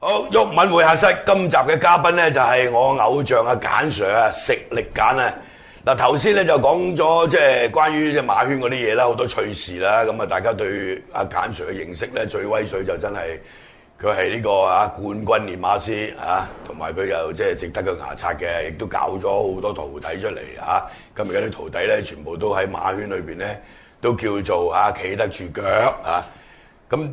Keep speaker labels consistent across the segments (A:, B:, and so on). A: 文會客室今集嘅嘉賓咧就係我偶像啊簡 Sir 啊，食力簡啊。嗱頭先咧就講咗即係關於即係馬圈嗰啲嘢啦，好多趣事啦。咁啊，大家對阿簡 Sir 嘅認識咧最威水就真係佢係呢個啊冠軍練馬師啊，同埋佢又即係值得佢牙刷嘅，亦都搞咗好多徒弟出嚟啊。咁而家啲徒弟咧全部都喺馬圈裏邊咧都叫做啊企得住腳啊。咁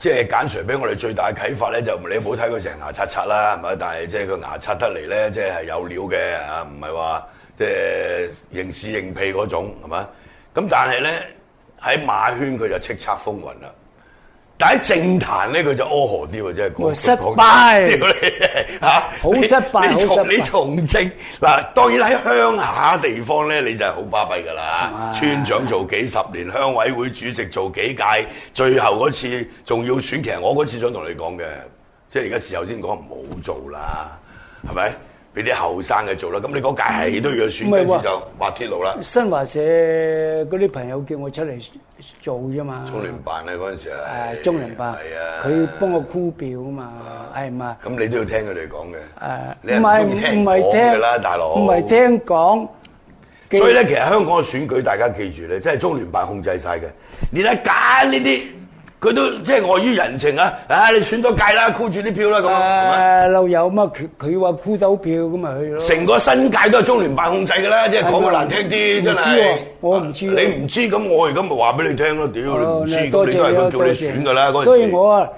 A: 即係簡 Sir 俾我哋最大嘅啟發咧，就你唔好睇佢成牙刷刷啦，係咪？但係即係佢牙刷得嚟咧，即係有料嘅啊，唔係話即係認屎認屁嗰種係咪？咁但係咧喺馬圈佢就叱咤風雲啦。但喺政壇咧，佢就阿河啲喎，即係講
B: 喂失敗
A: 屌你嚇！
B: 好失敗
A: 你你
B: 好失
A: 從
B: 敗
A: 你從政嗱，當然喺鄉下地方咧，你就係好巴閉㗎啦。村長做幾十年，鄉委會主席做幾屆，最後嗰次仲要選。其實我嗰次想同你講嘅，即係而家事後先講，唔好做啦，係咪？俾啲後生嘅做啦。咁你嗰屆係都要選，
B: 唔係
A: 跟住
B: 喎
A: 就滑鐵路啦。
B: 新華社嗰啲朋友叫我出嚟做啫嘛。
A: 中聯辦咧嗰陣時係
B: 誒中聯
A: 係
B: 辦
A: 啊，，
B: 佢幫我箍表啊嘛，係嘛？
A: 咁你都要聽佢哋講嘅。
B: 誒，
A: 你係唔中意聽講嘅啦，大佬。
B: 唔係。聽講，記
A: 所以咧，其實香港嘅選舉，大家記住咧，即係中聯辦控制晒嘅。你睇揀呢啲，佢都即係礙於人情啊！啊，你選咗屆啦，箍住啲票啦，咁樣係咪
B: 誒漏油嘛，佢佢話箍到票咁咪去咯。
A: 成個新界都係中聯辦控制㗎啦，即係講句難聽啲，
B: 唔
A: 真
B: 知
A: 係
B: 喎。我唔知喎
A: 你唔知咁，我而家咪話俾你聽咯。屌，你唔知
B: 哦
A: 咁，你都係
B: 多謝
A: 佢
B: 你
A: 叫你選㗎啦。嗰陣時
B: 所以我啊，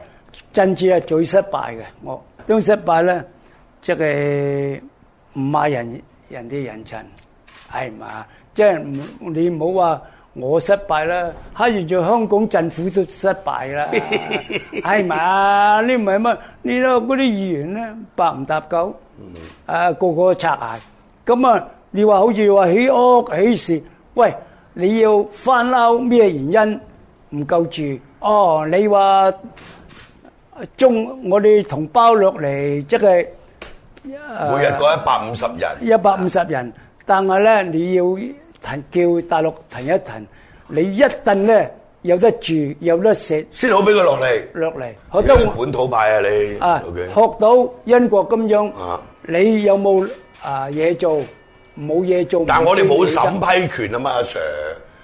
B: 陣次係最失敗嘅。我當失敗咧，即係唔罵人人哋人情，係嘛？即係唔你唔好話我失敗啦，黑住做香港政府都失敗啦，係嘛？你唔係乜？你咯嗰啲議員咧，百唔搭九，啊個個擦鞋。咁啊，你話好似話起屋起事，喂，你要翻撈咩原因唔夠住？哦，你話中我哋同胞落嚟，即係啊
A: 每日嗰一百五十人，
B: 一百五十人，但係咧你要停叫大陸停一停，你一定咧有得住有得食
A: 先好俾佢落嚟。
B: 落嚟，
A: 我
B: 學得我
A: 本土派啊，你
B: 啊
A: OK
B: 學到英國咁樣
A: 啊，
B: 你有冇啊嘢做？冇嘢做，
A: 但我哋冇
B: 唔
A: 審批權啊嘛，阿 Sir。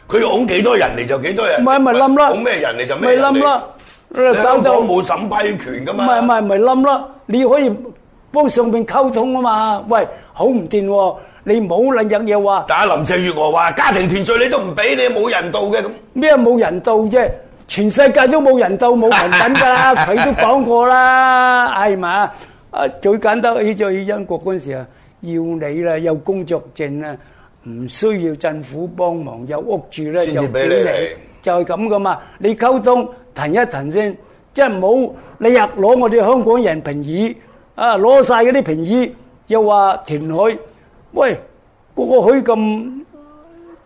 A: 佢要拱幾多人嚟就幾多人，
B: 唔係咪冧啦？
A: 拱咩人嚟就咩
B: 咪
A: 人嚟
B: 冧啦！！
A: 你
B: 搞
A: 香
B: 到
A: 港
B: 唔
A: 冇審批權噶嘛？
B: 係唔係唔係冧啦！你可以幫上邊溝通啊嘛！喂，好唔掂喎！你唔好撚樣嘢話
A: 但係林鄭月娥話家庭團聚你都唔俾，你冇人道嘅咁。
B: 咩冇人道啫？全世界都冇人道冇平等㗎啦，佢都講過啦，係嘛？啊，最簡單起咗去英國嗰陣時啊，要你啦，有工作證啦，唔需要政府幫忙，有屋住咧
A: 先
B: 就
A: 至俾
B: 俾
A: 你
B: 你，就係咁噶嘛。你溝通停一停先，即係唔好你又攞我哋香港人評議啊，攞晒嗰啲評議又話填海，喂，個個許咁。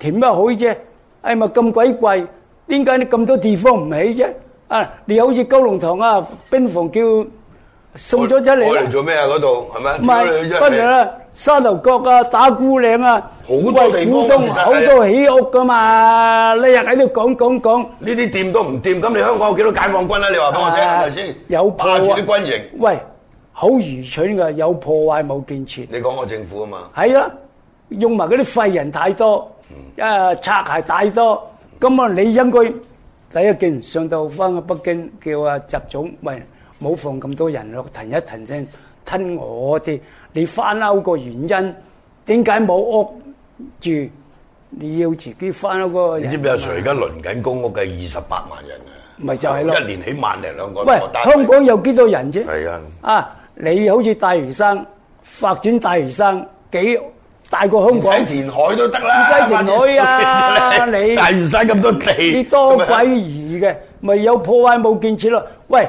B: 填乜好啫？哎咪咁鬼貴，點解你咁多地方唔起啫？啊，你好似九龍塘啊，邊防叫送咗出嚟
A: 我嚟
B: 啦，
A: 做咩啊？嗰度係咪？
B: 唔係不如啦，沙頭角啊、打鼓嶺啊，
A: 好多
B: 喂
A: 地方
B: 古
A: 其
B: 洞
A: 實係
B: 好多起屋噶嘛，你日喺度講講講。
A: 呢啲掂都唔掂，咁你香港有幾多解放軍啊？你話俾我
B: À,
A: 聽係咪先？
B: 有啊破
A: 霸住
B: 壞
A: 啲軍營，
B: 喂，好愚蠢噶，有破壞冇建設。
A: 你講我政府啊嘛？
B: 係啦，用埋嗰啲廢人太多，
A: 嗯
B: 誒擦鞋太多，咁啊你應該第一件上到翻去北京叫阿習總，喂，冇放咁多人落，停一停先，吞我哋，你翻嬲個原因，點解冇屋住？你要自己翻嬲個
A: 你知
B: 人
A: 唔知阿 Sir 而家輪緊公屋嘅二十八萬人啊？
B: 咪就係咯
A: 一年起萬零兩個
B: 喂
A: 個，單位
B: 香港有幾多人啫？
A: 係啊
B: 啊，你好似大嶼山發展大嶼山幾大過香
A: 唔
B: 港？
A: 使填海都得啦，
B: 唔使填海 啊
A: 反正
B: 你
A: 大嶼山咁多地，
B: 你多
A: 咁啊
B: 鬼餘嘅，咪有破壞冇建設咯。喂，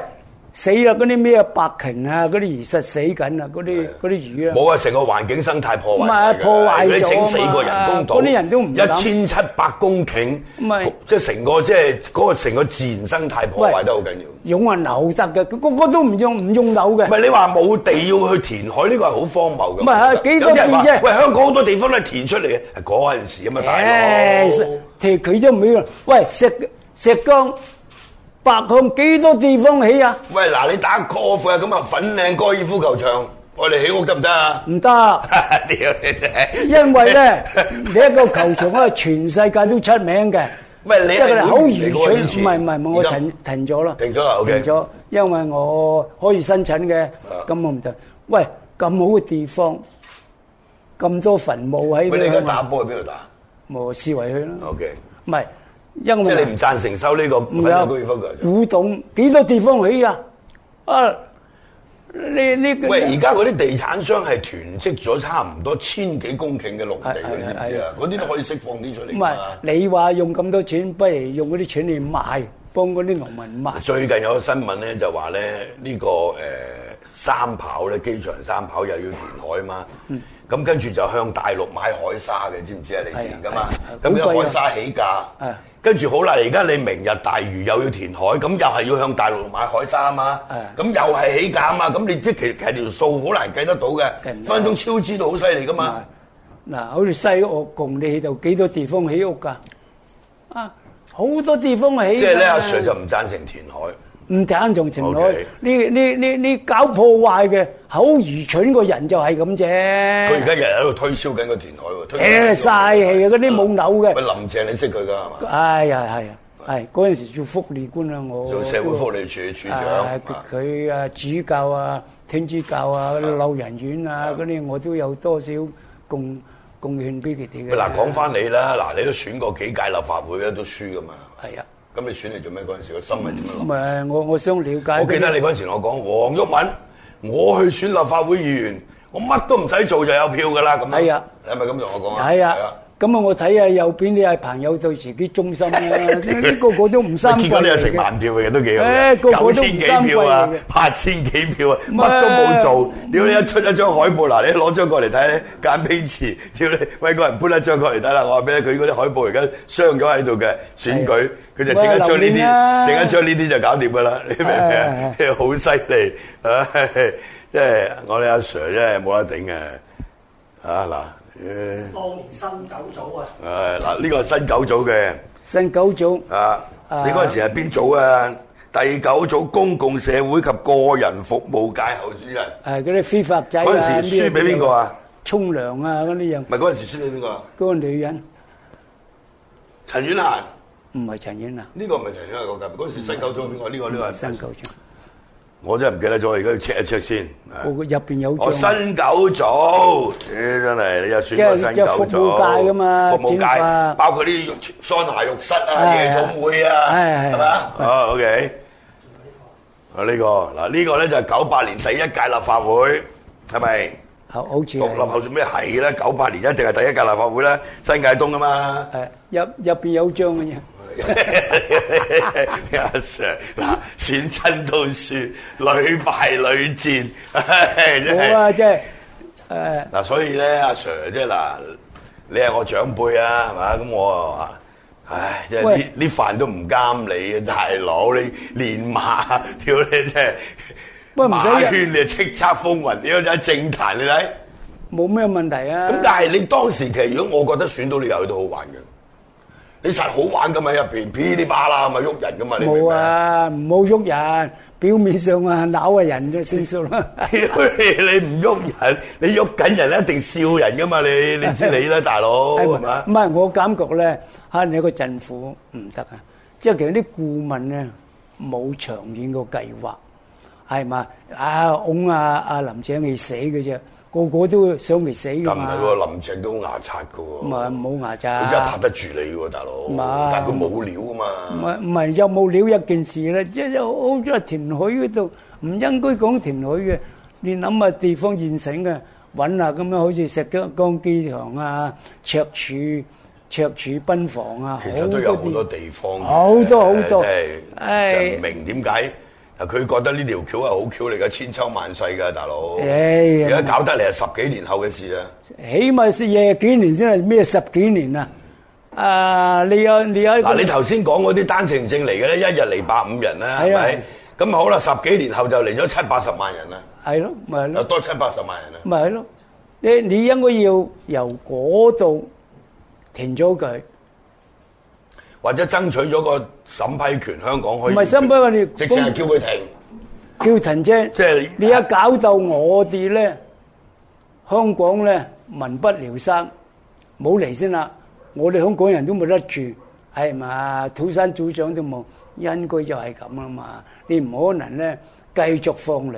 B: 死啦！嗰啲咩白鯨啊，嗰啲魚實死緊啊，嗰啲嗰啲魚啊，
A: 冇啊！成個環境生態破壞
B: 唔係
A: 曬
B: 啊
A: 㗎
B: 破壞
A: 你整
B: 咗
A: 死
B: 啊
A: 個人工島，
B: 嗰啲人都唔
A: 一
B: 諗
A: 千七百公頃
B: 唔係，
A: 即係成個即係嗰個成個自然生態破壞得好緊要。
B: 用啊樓得嘅，個個都唔用唔用樓嘅
A: 唔。係你話冇地要去填海呢個係好荒謬嘅。
B: 唔係啊
A: 我覺得
B: 幾多
A: 有啲人話
B: 片啫
A: 喂，香港好多地方都係填出嚟嘅，係嗰陣時啊嘛，大佬。
B: 誒，其實佢都唔用。喂，石石江白向幾多地方起啊？
A: 喂，嗱，你打 golf 啊，咁啊，粉嶺高爾夫球場，我哋起屋得唔得啊？
B: 唔得，
A: 屌你哋！
B: 因為咧你一個球場咧，全世界都出名嘅。
A: 喂你係
B: 即係佢哋好
A: 會員嚟㗎喎以
B: 愚蠢，
A: 前
B: 唔係唔係，我
A: 而家
B: 停停咗啦，
A: 停咗啦，OK
B: 停咗，因為我可以申請嘅，咁我唔得。喂，咁好嘅地方，咁多墳墓喺
A: 喂，你而家
B: 度
A: 打
B: 啊嘛，
A: 波去邊度打
B: 我思維去啦，
A: ？OK，
B: 唔係因
A: 即係你
B: 為
A: 唔贊成收呢個粉
B: 嗯唔
A: 嶺高爾夫球場？
B: 有古董幾多地方起啊？啊，呢呢個
A: 喂，而家嗰啲地產商係囤積咗差唔多千幾公頃嘅農地，
B: 係係
A: 你知唔知啊？嗰啲都可以釋放啲出嚟
B: 唔
A: 㗎
B: 係
A: 嘛。
B: 你話用咁多錢，不如用嗰啲錢去賣，幫嗰啲農民賣。
A: 最近有個新聞咧，就話咧呢個誒、呃三跑咧，機場三跑又要填海嘛。
B: 嗯
A: 咁跟住就向大陸買海沙嘅，知唔知啊？你填噶嘛
B: 係啊？係啊
A: 咁
B: 好貴
A: 有
B: 啊
A: 海沙起價
B: 係，啊
A: 跟住好啦，而家你明日大嶼又要填海，咁又係要向大陸買海沙啊嘛。
B: 係
A: 咁又係起價啊嘛。咁你即係其其實條數好難計得到嘅
B: 計唔，到
A: 分分鐘超支到好犀利噶嘛。
B: 嗱，好似西澳共你起到幾多地方起屋㗎？啊，好多地方起㗎。
A: 即係咧，阿 Sir 就唔贊成填海。
B: 唔贊同情侶
A: OK，
B: 你你你你搞破壞嘅，好愚蠢個人就係咁
A: 佢而
B: 啫。
A: 家日日喺度推銷緊個填海喎。推
B: 誒
A: 銷緊個
B: 嘥氣啊！嗰啲冇樓嘅
A: 喂，，林鄭你識佢㗎係嘛？
B: 哎呀係啊係嗰陣時做福利官啊，我
A: 做社會福利署署長
B: 啊
A: 啊，
B: 佢佢啊主教啊、天主教啊、老人院啊嗰啲，我都有多少貢貢獻俾佢哋嘅。
A: 喂嗱，講翻你啦，嗱，你都選過幾屆立法會咧，都輸噶嘛。
B: 係啊。
A: 咁你選嚟做咩嗰陣時？個心係點樣諗？
B: 咁啊，我我想了解嗰啲。
A: 我記得你嗰陣時同我講，黃毓民，我去選立法會議員，我乜都唔使做就有票噶啦，咁樣
B: 係啊，
A: 你係咪咁同我講啊？
B: 係啊，咁啊，我睇下右邊啲係朋友對自己忠 心啦，呢個個都唔
A: 喂
B: 三
A: 結
B: 貴
A: 果你有
B: 嚟
A: 成
B: 嘅。
A: 萬票嘅，都幾好
B: 誒個個都
A: 嘅，
B: 唔
A: 九千幾票
B: 三
A: 啊
B: 貴嚟嘅，
A: 八千幾票啊，
B: 唔係
A: 乜都冇做。屌你一出一張海報嗱，你攞張過嚟睇咧，揀批次。屌你，喂個人搬一張過嚟睇啦，我話俾你，佢嗰啲海報而家傷咗喺度嘅選舉，佢就整一張呢
B: 喂留念
A: 啲，
B: 啦
A: 整一張呢啲就搞掂噶啦，你明唔明啊？ 好犀利，唉即係我哋阿 Sir 真係冇得頂嘅，啊嗱，
C: 當年新九組啊，
A: 誒嗱呢個係新九組嘅。
B: 新九組
A: 啊！
B: 啊
A: 你嗰陣時係邊組啊？第九組公共社會及個人服務界候選人，
B: 誒嗰啲非法仔啊，
A: 嗰陣時輸俾哎邊個啊？
B: 沖涼啊嗰啲樣，
A: 唔係嗰陣時輸俾邊個啊？
B: 嗰個女人
A: 陳婉嫻，
B: 唔係陳婉
A: 呢個唔係陳婉嫻嗰屆，嗰陣時新九組邊個？呢個呢
B: 嫻，
A: 個
B: 新
A: 係
B: 九組，
A: 我真係唔記得咗，而家要 check 一 check 先。
B: 個個入邊有
A: 我
B: 章啊，
A: 新九組，屌真係你又選過新九組
B: 即係即係服務界㗎嘛
A: 服務
B: 剪髮
A: 界包括啲浴桑拿浴室啊、
B: 係
A: 夜總會啊，
B: 係係
A: 係嘛？啊，OK。啊呢個嗱呢個咧就係九八年第一屆立法會，係咪？
B: 好好似
A: 獨立
B: 係
A: 候選咩係咧？九八年一定係第一屆立法會啦，新界東啊 嘛。
B: 誒入入邊有章嘅啫，
A: 阿 Sir 嗱，選親都輸，屢敗屢戰，唉真
B: 冇
A: 係
B: 啊，即係誒
A: 嗱，所以咧，阿 Sir 即係嗱，你係我長輩啊，係嘛？咁我啊話，唉，即係呢
B: 喂
A: 呢飯都唔監你嘅大佬，你練馬， 屌你真係
B: 喂唔使
A: 馬
B: 嘅
A: 圈你就叱咤風雲，屌真係政壇你睇。
B: 冇咩問題啊。
A: 咁但係你當時其實如果我覺得選到你又去到好玩嘅，你實好玩噶嘛入邊，噼里啪啦咁咪喐人噶嘛，你明唔明
B: 冇！啊，唔好喐人，表面上啊鬧下人就算數啦。
A: 屌 你唔喐人，你喐緊人你一定笑人噶嘛，你你知你啦，大佬係嘛？
B: 唔係，我感覺咧嚇你個政府唔得啊！即係其實啲顧問咧冇長遠個計劃，係嘛？啊，拱啊啊林鄭去死嘅啫，個個都想佢死
A: 咁
B: 㗎
A: 唔
B: 嘛
A: 係。喎，林鄭都好牙刷噶喎。
B: 啊唔係冇牙
A: 佢真係拍
B: 咋？
A: 得住你喎，大佬
B: 係。
A: 但係佢冇料啊
B: 唔
A: 嘛。
B: 係唔係有冇料一件事咧？即係好咗填海嗰度，唔應該講填海嘅。你諗下地方現成嘅，揾下咁樣，好似石崗機場啊、赤柱、赤柱賓房啊，
A: 其實都有好
B: 地
A: 多地方嘅，
B: 好多好多
A: 即
B: 唉
A: 係唔明點解。嗱佢覺得呢條橋係好橋嚟㗎，千秋萬世㗎，大佬。
B: 唉
A: 而家搞得嚟係十幾年後嘅事啊！
B: 起碼四廿幾年先係咩十幾年啊！啊，你有你有一個
A: 嗱，你頭先講嗰啲單程證嚟嘅咧，一日嚟百五人啦，係
B: 係啊
A: 咪？咁好啦，十幾年後就嚟咗七八十萬人啦，
B: 係咯，咪係
A: 又
B: 咯，
A: 多七八十萬人啦。
B: 咪係咯，你你應該要由嗰度停咗佢，
A: 或者爭取咗個審批權，香港可以
B: 唔係審批我哋
A: 直情係叫佢停，
B: 叫陳姐，
A: 即係
B: 你一搞到我哋咧，香港咧民不聊生，冇嚟先啦。我哋香港人都冇得住，係嘛？土生土長都冇，應該就係咁啦嘛。你唔可能咧繼續放嚟，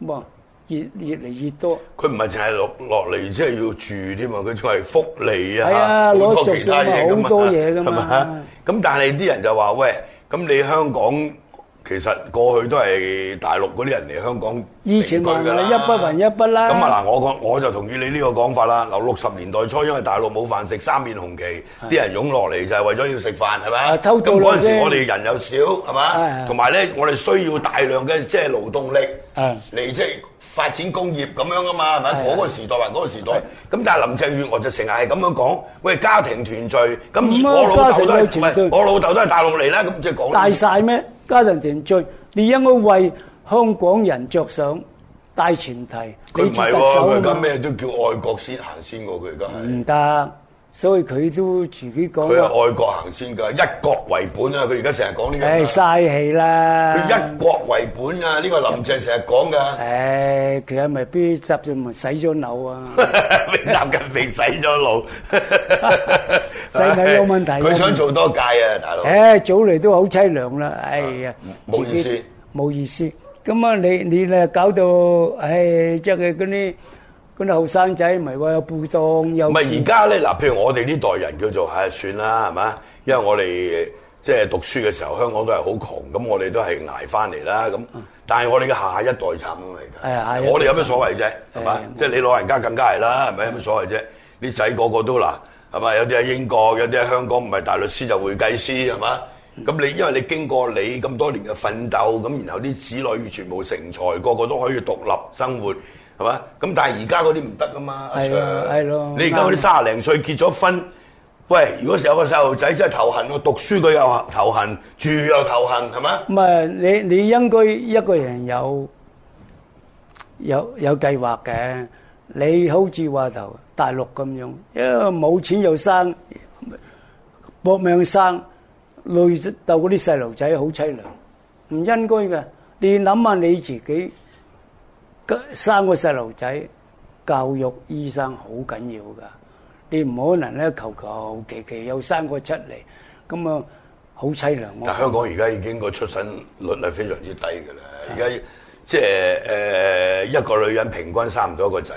B: 哇！越越嚟越多，
A: 佢唔係淨係落落嚟，即係要住添嘛，啊佢仲係福利啊，
B: 係啊
A: 好
B: 攞
A: 多
B: 着
A: 其他嘢㗎
B: 數
A: 嘛
B: 好多嘢㗎嘛
A: 係嘛咁但係啲人就話喂，咁你香港其實過去都係大陸嗰啲人嚟香港
B: 以前話
A: 定居㗎啦
B: 一不還一不啦
A: 咁啊嗱，我講我就同意你呢個講法啦。嗱，六十年代初因為大陸冇飯食，三面紅旗，啲人湧落嚟就係為咗要食飯，係咪
B: 啊偷渡
A: 咁嗰陣時
B: 啫
A: 我哋人又少，係嘛？
B: 係係
A: 同埋咧，我哋需要大量嘅即係勞動力
B: 係
A: 嚟即係發展工業咁樣啊嘛，係咪？
B: 啊係
A: 嗰個時代還嗰個時代。咁但係林鄭月娥就成日係咁樣講，喂家庭團聚，咁
B: 唔啊
A: 我老豆都
B: 家庭團
A: 係
B: 聚
A: 喂我老豆都係大陸嚟啦，咁即係講
B: 大晒咩？家人團聚，你應該為香港人着想，大前提
A: 佢
B: 你
A: 唔
B: 做
A: 係
B: 特
A: 喎，
B: 首
A: 佢
B: 啊
A: 而家
B: 嘛。
A: 咩都叫愛國先行先喎，佢而家係。
B: 唔得，所以佢都自己講
A: 佢係
B: 話，
A: 愛國行先㗎，一國為本啊！佢而家成日講呢個，
B: 唉嘥氣啦。
A: 佢一國為本啊！呢個林鄭成日講㗎，
B: 唉，佢係咪俾習仲咪洗咗腦啊？
A: 俾習近平洗咗腦，
B: 洗腦有問題㗎
A: 佢想做多屆啊，大佬。
B: 唉，早嚟都好凄涼啦，哎呀，
A: 冇意思
B: 自己，冇意思。咁啊，你你咧搞到唉，即係嗰啲嗰啲後生仔，咪話有暴動，有
A: 唔係而家咧，嗱，譬如我哋呢代人叫做唉算啦，係嘛？因為我哋即係讀書嘅時候，香港都係好窮，咁我哋都係捱翻嚟啦。咁但係我哋嘅下一代慘啊嘛，
B: 嗯係啊下
A: 而
B: 一
A: 家
B: 代
A: 我哋有咩所謂啫？係嘛？
B: 係啊
A: 即係你老人家更加係啦，係咪有咩所謂啫？啲仔個個都嗱，係
B: 嗯
A: 嘛？有啲喺英國，有啲喺香港，唔係大律師就會計師，係嘛？咁你因為你經過你咁多年嘅奮鬥，咁然後啲子女全部成才，個個都可以獨立生活，係嘛？咁但係而家嗰啲唔得噶嘛，阿
B: 係啊
A: Sir
B: 係咯
A: 你而家嗰啲
B: 啱
A: 卅零歲結咗婚，喂，如果有個細路仔真係頭痕喎，讀書佢又頭痕，住又頭痕，係咪？
B: 咁啊，你你應該一個人有有有計劃嘅。你好似話頭大陸咁樣，因為冇錢又生，搏命生，累到嗰啲細路仔好凄涼，唔應該嘅。你諗下你自己生個細路仔，教育醫生好緊要噶。你唔可能咧求求其其又生個出嚟，咁啊好凄涼喎
A: 但香港而家已經個出生率係非常之低嘅啦，而家即係誒一個女人平均生唔到一個仔，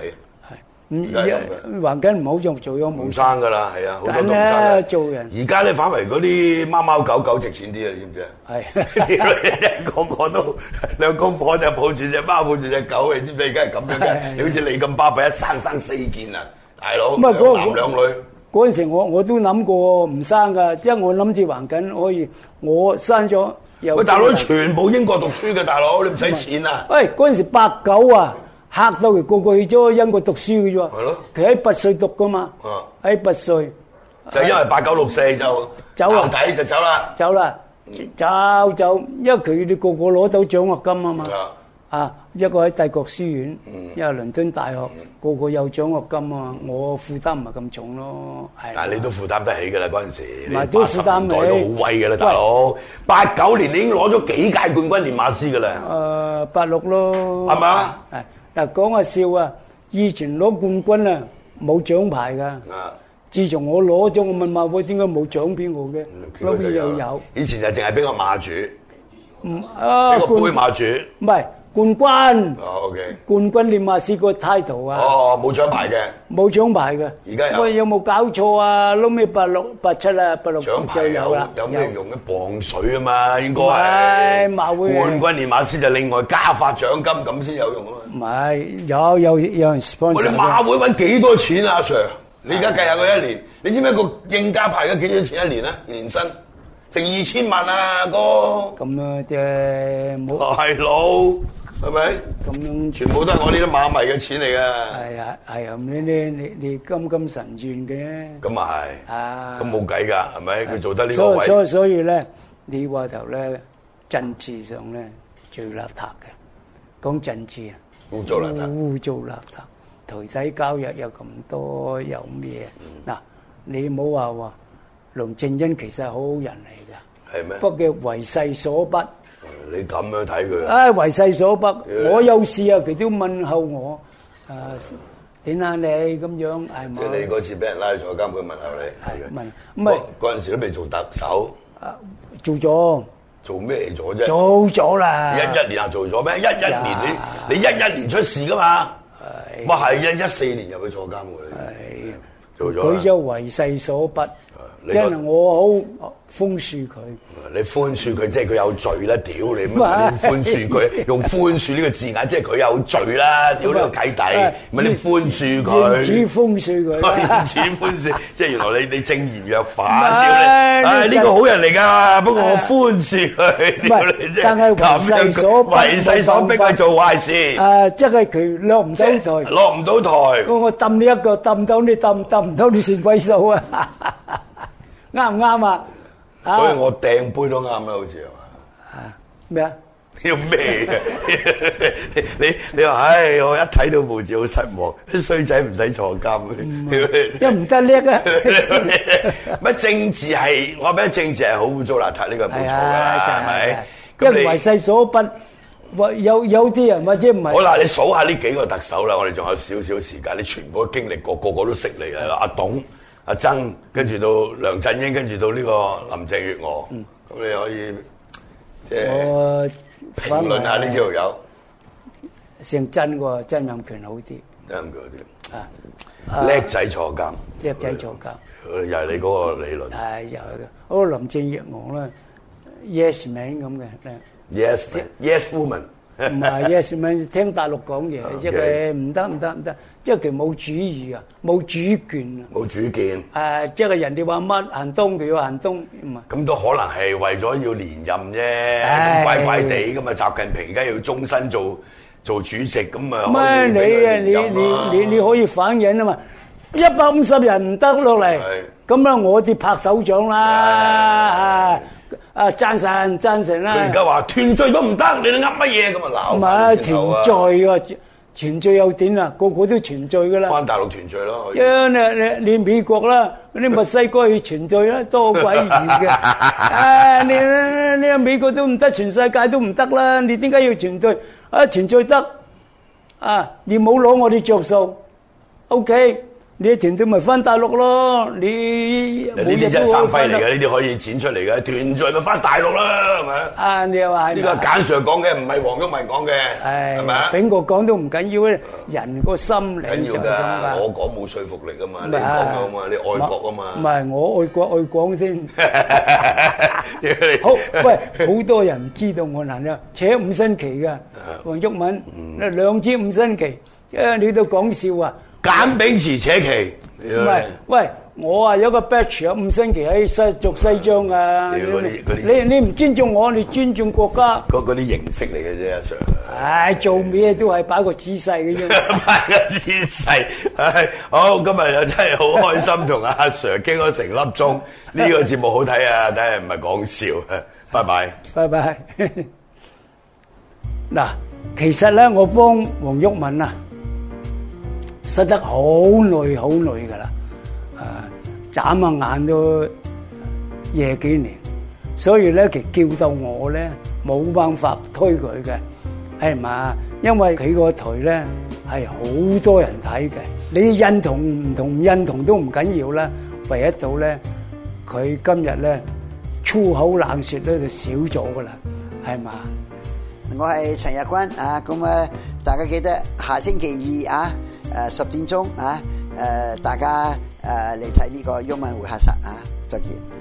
B: 唔
A: 而家係咁
B: 而嗯環境唔好用，做咗
A: 唔
B: 冇
A: 生㗎啦，係啊，好多都唔生
B: 梗啦
A: 㗎。
B: 做人
A: 而家咧反為嗰啲貓貓狗狗值錢啲啊，知唔知啊？
B: 係
A: 啲女人 個個都兩公婆就抱住只貓抱住只狗，你知唔知？而家係咁樣嘅，你好似你咁巴閉，一生生四件啊，大佬，
B: 唔係
A: 兩
B: 嗰
A: 男兩女。
B: 嗰陣時我，我都諗過唔生噶，因為我諗住環境可以，我生咗又
A: 喂，大佬，
B: 啊
A: 全部英國讀書嘅大佬，你唔使錢啊！
B: 喂嗰陣時八九啊，嚇到佢個個去咗英國讀書嘅啫喎，
A: 係咯
B: 佢喺拔萃讀噶嘛
A: 啊，
B: 喺拔萃
A: 就因為八九六四就
B: 走啊
A: 淆底就走啦。
B: 走啦，走走，因為佢哋個個攞到獎學金啊嘛。
A: 啊
B: 啊，一個喺帝國書院，一個倫敦大學，個個有獎學金啊！我負擔唔係咁重咯，係。
A: 但係你都負擔得起㗎啦，嗰陣時，
B: 唔
A: 你
B: 係都負
A: 80年
B: 擔
A: 代都好威㗎啦，大佬。八九年你已經攞咗幾屆冠軍練馬師㗎啦，
B: 誒八六咯，
A: 係嘛？
B: 係嗱，講下笑啊！以前攞冠軍啊，冇獎牌噶。
A: 啊，
B: 自從我攞咗，我問馬會點解冇獎俾我嘅？
A: 就
B: 後面又有，。
A: 以前就淨係俾個馬主，
B: 唔啊
A: 俾個杯馬主。
B: 唔係冠軍，
A: 哦，OK。
B: 冠軍你馬試過 title 啊！
A: 哦，冇獎牌嘅。
B: 冇獎牌嘅。
A: 而家有
B: 喂，有冇搞錯啊？撈尾八六八七啊，八六
A: 獎牌
B: 就
A: 有
B: 啦。
A: 有咩用咧？磅水啊嘛，應該係。
B: 唔係馬會嘅
A: 冠軍練馬師就另外加發獎金咁先有用啊嘛。
B: 唔係有有有人
A: 我哋
B: sponsor
A: 馬
B: 嘅。
A: 會揾幾多錢啊阿，Sir？你而家計下佢一年，你知唔知一個應家牌而家幾多錢一年啊？年薪成二千萬啊，哥！
B: 咁啊，即係冇
A: 大佬，係咪？
B: 咁樣
A: 全部都係我呢啲馬迷嘅錢嚟㗎。
B: 係啊係啊，你你你你金金神轉嘅
A: 咁啊係，
B: 啊。
A: 咁冇計㗎，係咪？佢做得呢個
B: 所以所
A: 位，
B: 以所以咧，你話頭咧政治上咧最邋遢嘅，講政治啊。
A: 污糟邋遢。
B: 污糟邋遢，台底交易有咁多，有咩？嗱，你唔好話梁振英其實係好好人嚟
A: 係咩
B: 㗎，？不過為勢所不。
A: 你咁樣睇佢啊？
B: 唉，為勢所逼，
A: Yeah.
B: 我有事啊，佢都問候我，誒點啊你咁樣係
A: 即係你
B: 咪？
A: 嗰次俾人拉咗監，佢問候
B: 係
A: 你。OK
B: 問唔係
A: 嗰嗰陣時都未做特首，
B: 做咗，
A: 做咩咗啫？
B: 做咗啦。
A: 一一年啊做咗咩？一一年
B: 呀
A: 你你一一年出事噶嘛？
B: 係
A: 哇係一一四年入去坐監喎，
B: 係
A: 做咗
B: 佢
A: 啦。
B: 就為勢所逼，
A: 你
B: 即
A: 覺
B: 係我好寬恕佢。
A: 你寬恕佢，即係佢有罪啦！屌你乜
B: 唔係
A: 你寬恕 佢，用寬恕呢個字眼，即係佢有罪啦！屌呢個契弟
B: 啊，
A: 咪你寬恕
B: 願
A: 佢
B: 主。寬恕 佢啦
A: 開。始寬 恕，即係原來你你正言若反，
B: 唔係
A: 屌你！唉，
B: 呢
A: 呢個好人嚟㗎，不過我寬恕佢， 屌你啫！
B: 但係為勢所逼
A: 為勢所逼佢做壞事，
B: 誒，即係佢落唔到台。
A: 落唔到台。
B: 我我抌你一腳，抌唔到你抌，抌唔到你算鬼數 啊！啱唔啱啊？啊
A: 所以我掟杯都啱啦，好似係嘛？
B: 咩啊？
A: 要咩嘅？ 你你你話唉，我一睇到報紙好失望，啲衰仔唔使坐監 嘅。
B: 一唔得叻啊！
A: 乜政治係我覺得政治係好污糟邋遢，呢個係冇錯
B: 係
A: 㗎啦，係
B: 啊
A: 咪，？
B: 就係因為
A: 咁
B: 為勢所不，或有有啲人或者唔
A: 你好
B: 係
A: 啦，你數下呢幾個特首啦，我哋仲有少少時間，你全部都經歷過，個個都識你
B: 嗯
A: 啦。阿董、阿曾，跟住到梁振英，跟住到呢個林鄭月娥，咁你可以即係
B: 嗯我啊
A: 評論下呢幾條友，
B: 姓曾喎，曾蔭權好啲
A: 啱唔啱？
B: 啊，
A: 叻仔坐監，
B: 叻仔啊做教，
A: 又係你嗰個理論。
B: 係又係嘅。好林鄭月娥啦，yes man 咁嘅。
A: Yes, man. yes, woman。
B: 唔係 yes man，聽大陸講
A: 啊
B: 嘢，即係佢唔得唔得唔得，即係佢冇主意啊，冇主權啊。
A: 冇主見，
B: 誒，即係人哋話乜行東，佢要行東，唔係。
A: 咁都可能係為咗要連任啫，
B: 唉
A: 咁乖乖地咁啊！習近平而家要終身做做主席，咁啊
B: 唔
A: 可
B: 係
A: 以
B: 你
A: 俾佢
B: 啊，
A: 連任啦
B: 你你你你可以反映啊嘛，一百五十人唔得落嚟
A: 係，
B: 咁啊我哋拍手掌啦
A: 係，
B: 啊贊成贊成
A: 佢而
B: 啦，
A: 家話團聚都唔得，你哋噏乜嘢咁啊鬧
B: 唔係
A: 翻
B: 團
A: 先頭啊！
B: 聚喎，團聚又點啊？個個都團聚噶啦，
A: 翻大陸團聚咯，可以
B: 因你你你美國啦，你墨西哥去團聚啦，多鬼遠嘅，啊你你你美國都唔得，全世界都唔得啦，你點解要團聚？啊團聚得。啊，你冇攞我哋着數，OK？你團隊咪翻大陸咯，你
A: 呢
B: 每日
A: 啲真係生
B: 都可以
A: 輝
B: 翻
A: 嚟
B: 大陸
A: 嘅，呢啲可以剪出嚟嘅。團聚咪翻大陸啦，係咪？
B: 啊，你又話係
A: 呢個係
B: 咪？
A: 簡 Sir 講嘅，唔係黃毓民講嘅，
B: 唉
A: 係咪啊？
B: 俾我講都唔緊要咧，人個心
A: 緊
B: 理就
A: 要
B: 係咁
A: 㗎，我
B: 㗎。
A: 講冇說服力㗎嘛，
B: 唔
A: 你
B: 係
A: 講㗎嘛，你愛國啊
B: 唔
A: 嘛。
B: 係我愛國愛港先。好，
A: 好
B: 喂，好多人唔知道我難啊，扯五星旗㗎，黃毓民兩支五星旗，誒你都講笑啊！
A: 簡炳池扯旗，
B: 唔係，喂，我啊有個 batch 有五星旗喺西着西裝啊！
A: 屌嗰啲嗰
B: 你
A: 啲
B: 你唔尊重我，你尊重國家，
A: 嗰嗰啲形式嚟嘅啫，阿 Sir。
B: 唉，做咩都係擺個姿勢 嘅啫。
A: 擺個姿勢，唉好，今日又真係好開心，同阿 Sir 傾咗成粒鐘，呢個節目好睇啊，睇下唔係講笑，拜拜。
B: 拜 拜。嗱，其實咧，我幫黃毓民啊，失得好耐好耐噶啦，誒，眨下眼都夜幾年，所以咧，其叫到我咧冇辦法推佢嘅，係嘛？因為佢個台咧係好多人睇嘅，你印同唔同唔印同都唔緊要啦，唯一到咧。佢今日咧粗口冷舌咧就少咗噶啦，哎係嘛？
D: 我係陳日君啊，咁啊，大家記得下星期二啊，誒十點鐘啊，誒大家誒嚟睇呢個毓民會客室啊，再見。